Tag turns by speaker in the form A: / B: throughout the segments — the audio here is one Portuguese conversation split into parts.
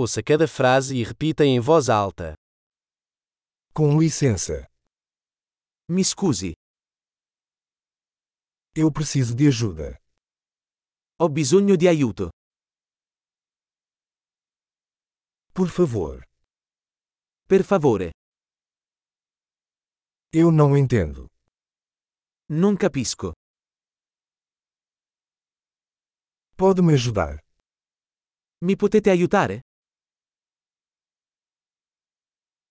A: Ouça cada frase e repita em voz alta.
B: Com licença,
A: Mi scusi,
B: eu preciso de ajuda.
A: ho bisogno di aiuto.
B: Por favor,
A: Per favore,
B: eu não entendo.
A: non capisco.
B: Pode me ajudar?
A: Mi potete aiutare?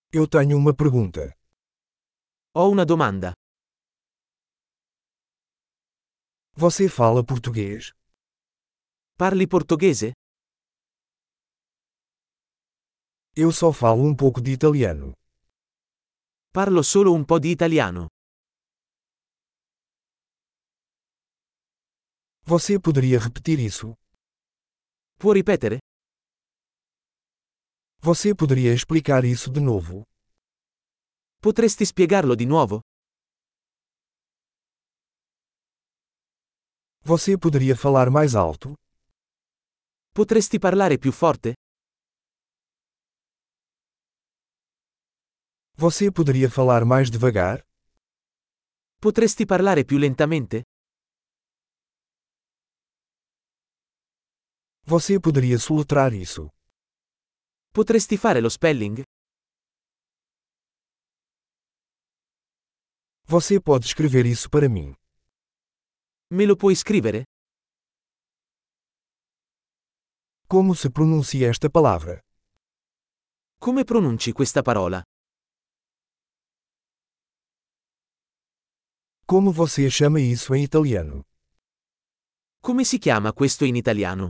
B: Eu tenho uma pergunta.
A: Ho una domanda.
B: Você fala português?
A: Parli portoghese?
B: Eu só falo um pouco de italiano.
A: Parlo solo un po' di italiano.
B: Você poderia repetir isso?
A: Può ripetere?
B: Você poderia explicar isso de novo?
A: Potresti spiegarlo di nuovo?
B: Você poderia falar mais alto?
A: Potresti parlare più forte?
B: Você poderia falar mais devagar?
A: Potresti parlare più lentamente?
B: Você poderia soletrar isso?
A: Potresti fare lo spelling?
B: Você pode escrever isso para mim?
A: Me lo puoi scrivere?
B: Como se pronuncia esta palavra?
A: Come pronunci questa parola?
B: Como você chama isso em italiano?
A: Come si chiama questo in italiano?